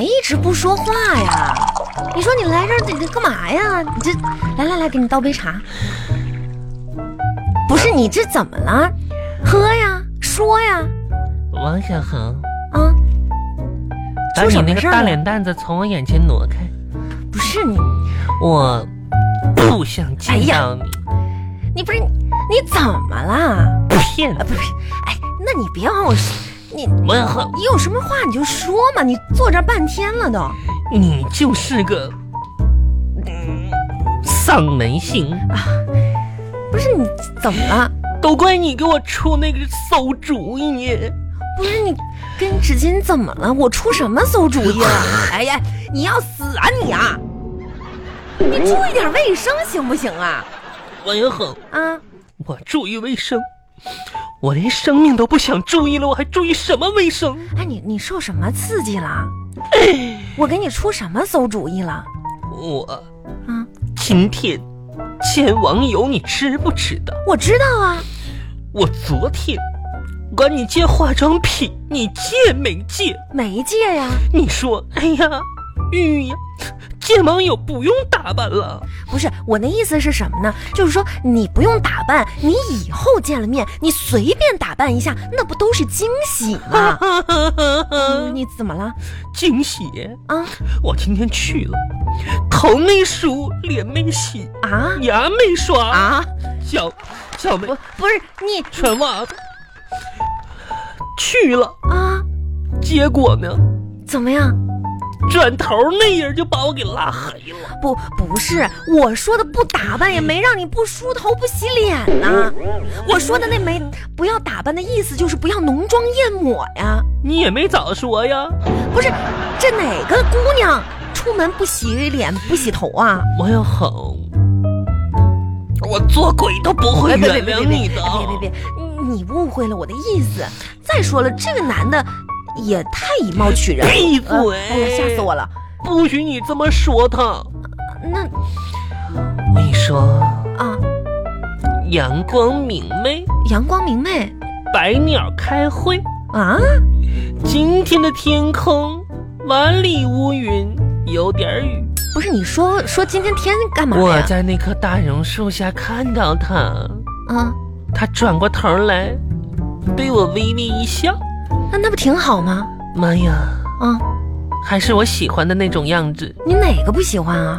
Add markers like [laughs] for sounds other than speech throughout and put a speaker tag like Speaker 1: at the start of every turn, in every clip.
Speaker 1: 一直不说话呀？你说你来这儿得干嘛呀？你这来来来，给你倒杯茶。不是你这怎么了？喝呀，说呀，
Speaker 2: 王小恒，
Speaker 1: 啊，
Speaker 2: 把
Speaker 1: 出
Speaker 2: 你
Speaker 1: 什
Speaker 2: 那
Speaker 1: 么
Speaker 2: 个
Speaker 1: 事
Speaker 2: 大
Speaker 1: 儿了？
Speaker 2: 脸蛋子从我眼前挪开，
Speaker 1: 不是你，
Speaker 2: 我不想
Speaker 1: 哎
Speaker 2: 见
Speaker 1: 呀
Speaker 2: 到你。
Speaker 1: 你不是你怎么了？
Speaker 2: 骗
Speaker 1: 啊，
Speaker 2: 子，
Speaker 1: 不是，哎，那你别往我说，你
Speaker 2: 王小恒，
Speaker 1: 你有什么话你就说嘛，你坐这儿半天了都。
Speaker 2: 你就是个嗯丧门星，
Speaker 1: 啊不是你怎么了？
Speaker 2: 都怪你给我出那个馊主意。
Speaker 1: 不是你跟纸巾怎么了？我出什么馊主意了？哎呀，你要死啊你啊！你注意点卫生行不行啊？
Speaker 2: 王小恒，
Speaker 1: 啊，
Speaker 2: 我注意卫生，我连生命都不想注意了，我还注意什么卫生？
Speaker 1: 哎你你受什么刺激了？我给你出什么馊主意了？
Speaker 2: 我
Speaker 1: 啊，
Speaker 2: 今天见网友，你知不知道？
Speaker 1: 我知道啊，
Speaker 2: 我昨天管你借化妆品，你借没借？
Speaker 1: 没戒呀、
Speaker 2: 你说，哎呀，玉呀，见网友不用打扮了。
Speaker 1: 不是我那意思是什么呢？就是说你不用打扮，你以后见了面，你随便打扮一下，那不都是惊喜吗？嗯你怎么了
Speaker 2: [laughs] 惊喜！
Speaker 1: 啊
Speaker 2: 我今天去了，头没梳，脸没洗，
Speaker 1: 啊
Speaker 2: 牙没刷，
Speaker 1: 啊！
Speaker 2: 脚脚没
Speaker 1: 不不是你
Speaker 2: 穿袜子，去了。
Speaker 1: 啊，
Speaker 2: 结果呢，
Speaker 1: 怎么样？
Speaker 2: 转头那人就把我给拉黑了。
Speaker 1: 不，不是我说的不打扮，也
Speaker 2: 嗯
Speaker 1: 没让你不梳头不洗脸呐、我说的那没不要打扮的意思，就是不要浓妆艳抹呀。
Speaker 2: 你也没早说呀，
Speaker 1: 不是，这哪个姑娘出门不洗脸不洗头啊？
Speaker 2: 我要哄。我做鬼都不会
Speaker 1: 哎别别
Speaker 2: 原
Speaker 1: 别
Speaker 2: 谅
Speaker 1: 别别
Speaker 2: 你的。
Speaker 1: 哎别别别，你误会了我的意思。再说了，这个男的也太以貌取人了。
Speaker 2: 闭嘴
Speaker 1: 呃哎呀，吓死我了！
Speaker 2: 不许你这么说他。
Speaker 1: 那
Speaker 2: 我跟你说，
Speaker 1: 啊，
Speaker 2: 阳光明媚，
Speaker 1: 阳光明媚
Speaker 2: 百鸟开会。
Speaker 1: 啊，
Speaker 2: 今天的天空万里无云，有点雨。
Speaker 1: 不是你说说今天天干嘛
Speaker 2: 我
Speaker 1: 呀？
Speaker 2: 在那棵大榕树下看到他，
Speaker 1: 啊。
Speaker 2: 他转过头来，对我微微一笑。
Speaker 1: 那那不挺好吗？
Speaker 2: 妈呀，
Speaker 1: 啊，
Speaker 2: 还是我喜欢的那种样子，
Speaker 1: 你哪个不喜欢啊？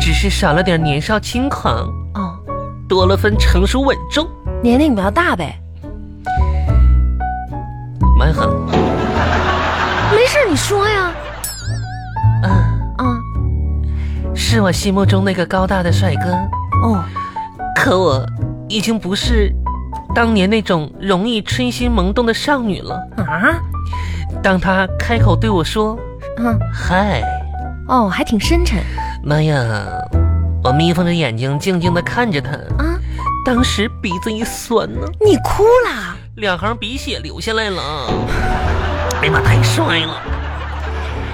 Speaker 2: 只是少了点年少轻狂，
Speaker 1: 哦，
Speaker 2: 多了份成熟稳重。
Speaker 1: 年龄比较大呗。
Speaker 2: 蛮好，
Speaker 1: 没事，你说呀。
Speaker 2: 啊，
Speaker 1: 啊，
Speaker 2: 是我心目中那个高大的帅哥，
Speaker 1: 哦，
Speaker 2: 可我已经不是当年那种容易春心萌动的少女了。
Speaker 1: 啊，
Speaker 2: 当他开口对我说
Speaker 1: 嗯，
Speaker 2: “嗨”，
Speaker 1: 哦，还挺深沉
Speaker 2: 妈呀！我眯缝着眼睛，静静地看着他，
Speaker 1: 啊。
Speaker 2: 当时鼻子一酸呢，
Speaker 1: 你哭啦？
Speaker 2: 两行鼻血流下来了啊。 [laughs] 哎呀妈，太帅了！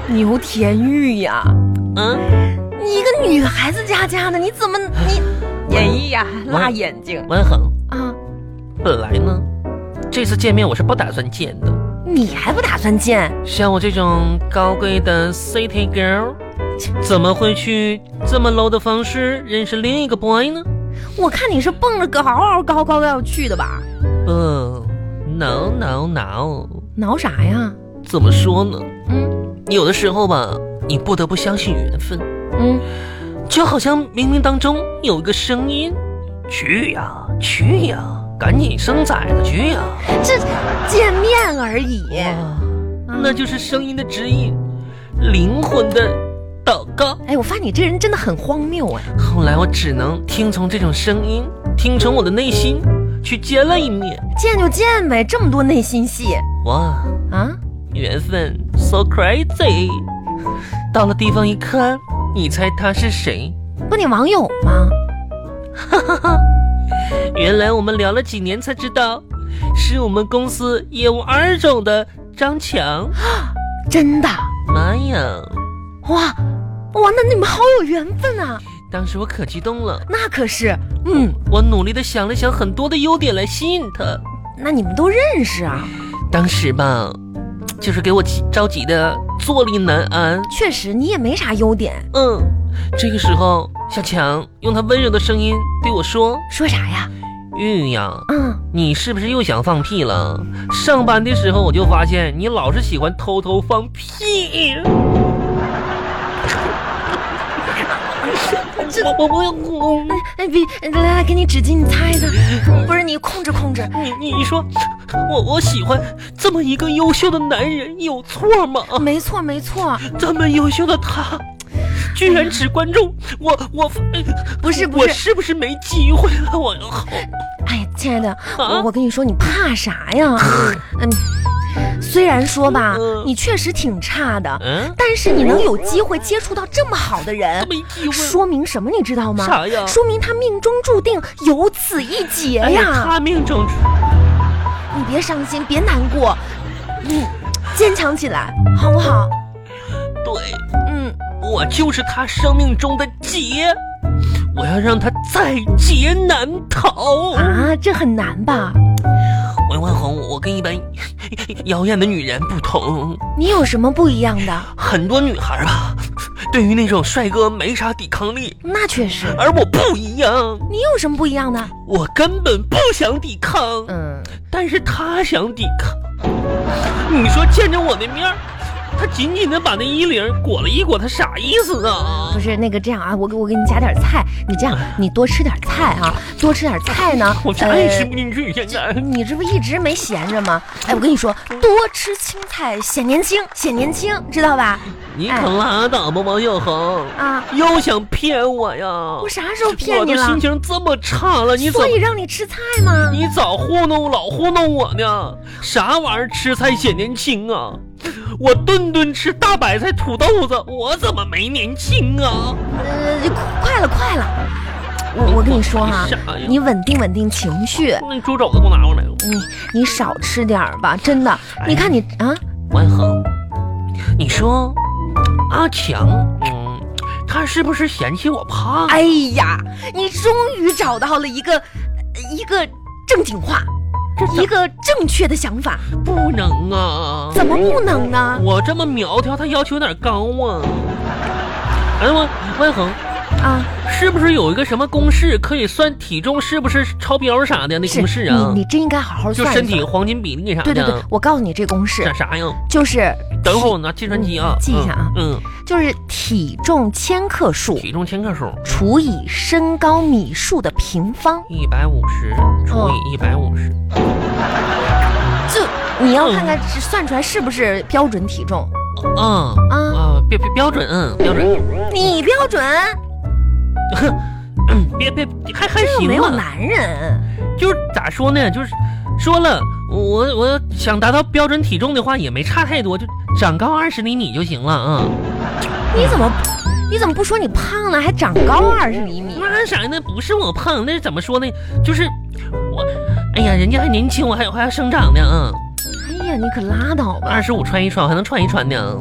Speaker 1: 牛田玉呀，
Speaker 2: 嗯，
Speaker 1: 你一个女孩子家家的，你怎么你 [laughs] 演绎呀？辣眼睛
Speaker 2: 王恒，
Speaker 1: 啊！
Speaker 2: 本来呢，这次见面我是不打算见的。
Speaker 1: 你还不打算见？
Speaker 2: 像我这种高贵的 city girl，怎么会去这么 low 的方式认识另一个 boy 呢？
Speaker 1: 我看你是蹦着高高高要去的吧？
Speaker 2: 不、no no no，
Speaker 1: 挠啥呀？
Speaker 2: 怎么说呢？
Speaker 1: 嗯
Speaker 2: 有的时候吧，你不得不相信缘分。
Speaker 1: 嗯，
Speaker 2: 就好像冥冥当中有一个声音：“去呀，去呀，赶紧生崽子去呀
Speaker 1: 这见面而！”已。
Speaker 2: 那就是声音的指引，灵魂的祷告。
Speaker 1: 哎，我发现你这人真的很荒谬哎。
Speaker 2: 后来我只能听从这种声音，听从我的内心，去见了一面。
Speaker 1: 见就见呗，这么多内心戏
Speaker 2: 哇，
Speaker 1: 啊！
Speaker 2: 缘分 so crazy！到了地方一看，你猜他是谁？
Speaker 1: 不你网友吗？
Speaker 2: 原来我们聊了几年才知道，是我们公司业务二总的张强。
Speaker 1: 真的
Speaker 2: 妈呀！
Speaker 1: 哇哇，那你们好有缘分啊！
Speaker 2: 当时我可激动了，
Speaker 1: 那可是，嗯，
Speaker 2: 我努力的想了想很多的优点来吸引他。
Speaker 1: 那你们都认识啊？
Speaker 2: 当时吧，就是给我急着急的坐立难安。
Speaker 1: 确实你也没啥优点，
Speaker 2: 嗯，这个时候，小强用他温柔的声音对我说
Speaker 1: 说啥呀？：“
Speaker 2: 玉呀，
Speaker 1: 嗯，
Speaker 2: 你是不是又想放屁了？上班的时候我就发现你老是喜欢偷偷放屁。 [laughs] 我我我我，
Speaker 1: 哎，别，来来，给你纸巾，你擦一 [laughs] 擦。不是你控制控制，
Speaker 2: 你你你说，我我喜欢这么一个优秀的男人有错吗？
Speaker 1: 没错没错，
Speaker 2: 这么优秀的他，居然只关注我我，呃
Speaker 1: 不是不
Speaker 2: 我
Speaker 1: 是
Speaker 2: 是不是没机会了？我好
Speaker 1: 哎，亲爱的，我我跟你说，你怕啥 [laughs] 呀？嗯，虽然说吧
Speaker 2: 嗯，
Speaker 1: 你确实挺差的，
Speaker 2: 嗯，
Speaker 1: 但是你能有机会接触到这么好的人
Speaker 2: 这，没机会。
Speaker 1: 说明什么？你知道吗？
Speaker 2: 啥呀
Speaker 1: 说明他命中注定有此一劫
Speaker 2: 哎
Speaker 1: 呀！
Speaker 2: 他命中注
Speaker 1: 你别伤心，别难过，嗯，坚强起来，好不好？
Speaker 2: 对。
Speaker 1: 嗯，
Speaker 2: 我就是他生命中的劫，我要让他在劫难逃。
Speaker 1: 啊，这很难吧？
Speaker 2: 王万红，我跟一般妖艳的女人不同，
Speaker 1: 你有什么不一样的？
Speaker 2: 很多女孩吧，对于那种帅哥没啥抵抗力，
Speaker 1: 那确实，
Speaker 2: 而我不一样，
Speaker 1: 你有什么不一样的？
Speaker 2: 我根本不想抵抗，
Speaker 1: 嗯，
Speaker 2: 但是他想抵抗。你说见着我的面儿，他紧紧的把那衣领裹了一裹，他啥意思啊
Speaker 1: 不？是那个这样啊，我给我给你夹点菜，你这样，你多吃点菜啊，多吃点菜呢。
Speaker 2: 哎
Speaker 1: 呃
Speaker 2: 我啥也吃不进去，现在。
Speaker 1: 你哎这不一直没闲着吗？哎，我跟你说，多吃青菜显年轻，显年轻，知道吧？
Speaker 2: 你可拉倒吧，王小红
Speaker 1: 啊
Speaker 2: 又想骗我呀！
Speaker 1: 我啥时候骗你
Speaker 2: 哦我的
Speaker 1: 了
Speaker 2: 心？情这么差了，你怎
Speaker 1: 所
Speaker 2: 么
Speaker 1: 以？让你吃菜吗？
Speaker 2: 你早糊弄老糊弄我呢！啥玩意儿吃菜显年轻啊？我顿顿吃大白菜土豆子，我怎么没年轻啊？
Speaker 1: 呃，快了，快了。我我跟你说哈、
Speaker 2: 你傻呀
Speaker 1: 你稳定稳定情绪，
Speaker 2: 那猪肘子给我拿过来！
Speaker 1: 你你少吃点儿吧，真的。
Speaker 2: 哎
Speaker 1: 你看你啊，
Speaker 2: 万恒，你说阿强，嗯，他是不是嫌弃我胖？
Speaker 1: 哎呀，你终于找到了一个一个正经话，一个正确的想法，
Speaker 2: 不能啊！
Speaker 1: 怎么不能呢？
Speaker 2: 我这么苗条，他要求有点高啊。哎我万恒，
Speaker 1: 啊，
Speaker 2: 是不是有一个什么公式可以算体重是不是超标啥的那
Speaker 1: 是
Speaker 2: 公式啊
Speaker 1: 你？你真应该好好
Speaker 2: 就
Speaker 1: 算一
Speaker 2: 身
Speaker 1: 算。
Speaker 2: 体嗯黄金比例啥的。
Speaker 1: 对对对，我告诉你这公式
Speaker 2: 干啥呀？
Speaker 1: 就是
Speaker 2: 等会儿我拿计算机啊，
Speaker 1: 嗯记一下啊
Speaker 2: 嗯，嗯
Speaker 1: 就是体重千克数
Speaker 2: 体重千克数，
Speaker 1: 除以身高米数的平方。
Speaker 2: 一百五十除
Speaker 1: 哦
Speaker 2: 以一百五十，
Speaker 1: 就你要看看是算出来是不是标准体重
Speaker 2: 啊
Speaker 1: 啊？
Speaker 2: 啊，标标标准，嗯，标准，
Speaker 1: 你标准，哎
Speaker 2: 嗯别别，还还
Speaker 1: 又
Speaker 2: 行
Speaker 1: 没有
Speaker 2: 了。
Speaker 1: 男人，
Speaker 2: 就是咋说呢？就是说了，我我想达到标准体重的话，也没差太多，就长高二十厘米就行了啊。
Speaker 1: 你怎么你怎么不说你胖呢，还长高二十厘米？
Speaker 2: 那啥，那不是我胖，那怎么说呢？就是我，哎呀，人家还年轻，我还有还要生长呢啊！
Speaker 1: 哎呀，你可拉倒吧
Speaker 2: 二！十五穿一穿，我还能穿一穿呢。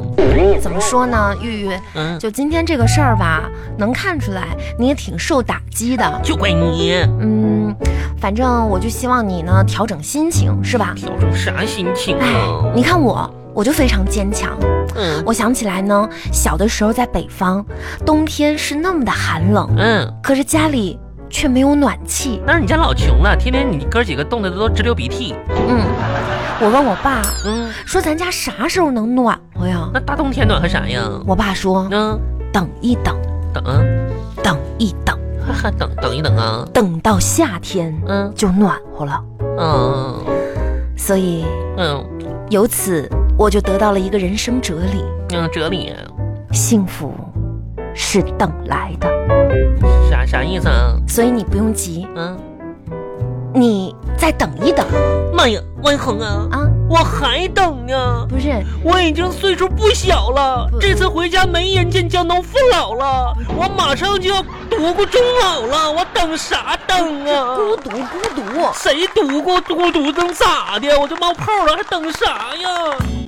Speaker 1: 怎么说呢，玉玉，
Speaker 2: 嗯，
Speaker 1: 就今天这个事儿吧，能看出来你也挺受打击的。
Speaker 2: 就怪你
Speaker 1: 嗯，反正我就希望你呢调整心情，是吧？
Speaker 2: 调整啥心情
Speaker 1: 哎
Speaker 2: 啊，？
Speaker 1: 你看我，我就非常坚强。
Speaker 2: 嗯
Speaker 1: 我想起来呢，小的时候在北方，冬天是那么的寒冷，
Speaker 2: 嗯，
Speaker 1: 可是家里却没有暖气。
Speaker 2: 但是你家老穷了，天天你哥几个冻得都直流鼻涕。
Speaker 1: 嗯，我问我爸
Speaker 2: 嗯，
Speaker 1: 说咱家啥时候能暖和呀？
Speaker 2: 那大冬天暖和啥呀？
Speaker 1: 我爸说
Speaker 2: 嗯，
Speaker 1: 等一等，
Speaker 2: 等，嗯
Speaker 1: 等一等，
Speaker 2: 哈哈，等等一等啊。
Speaker 1: 等到夏天
Speaker 2: 嗯
Speaker 1: 就暖和了。
Speaker 2: 嗯。
Speaker 1: 所以
Speaker 2: 嗯
Speaker 1: 由此我就得到了一个人生哲理：
Speaker 2: 嗯，哲理
Speaker 1: 幸福是等来的。
Speaker 2: 啥啥意思啊？
Speaker 1: 所以你不用急，
Speaker 2: 嗯，
Speaker 1: 你再等一等
Speaker 2: 妈呀，万恒啊，
Speaker 1: 啊！
Speaker 2: 我还等呢，
Speaker 1: 不是，
Speaker 2: 我已经岁数不小了
Speaker 1: 不，
Speaker 2: 这次回家没人见江东父老了，我马上就要独孤终老了，我等啥等
Speaker 1: 孤
Speaker 2: 啊？
Speaker 1: 独孤独。
Speaker 2: 谁独孤孤独能咋的？我就冒泡了，还等啥呀？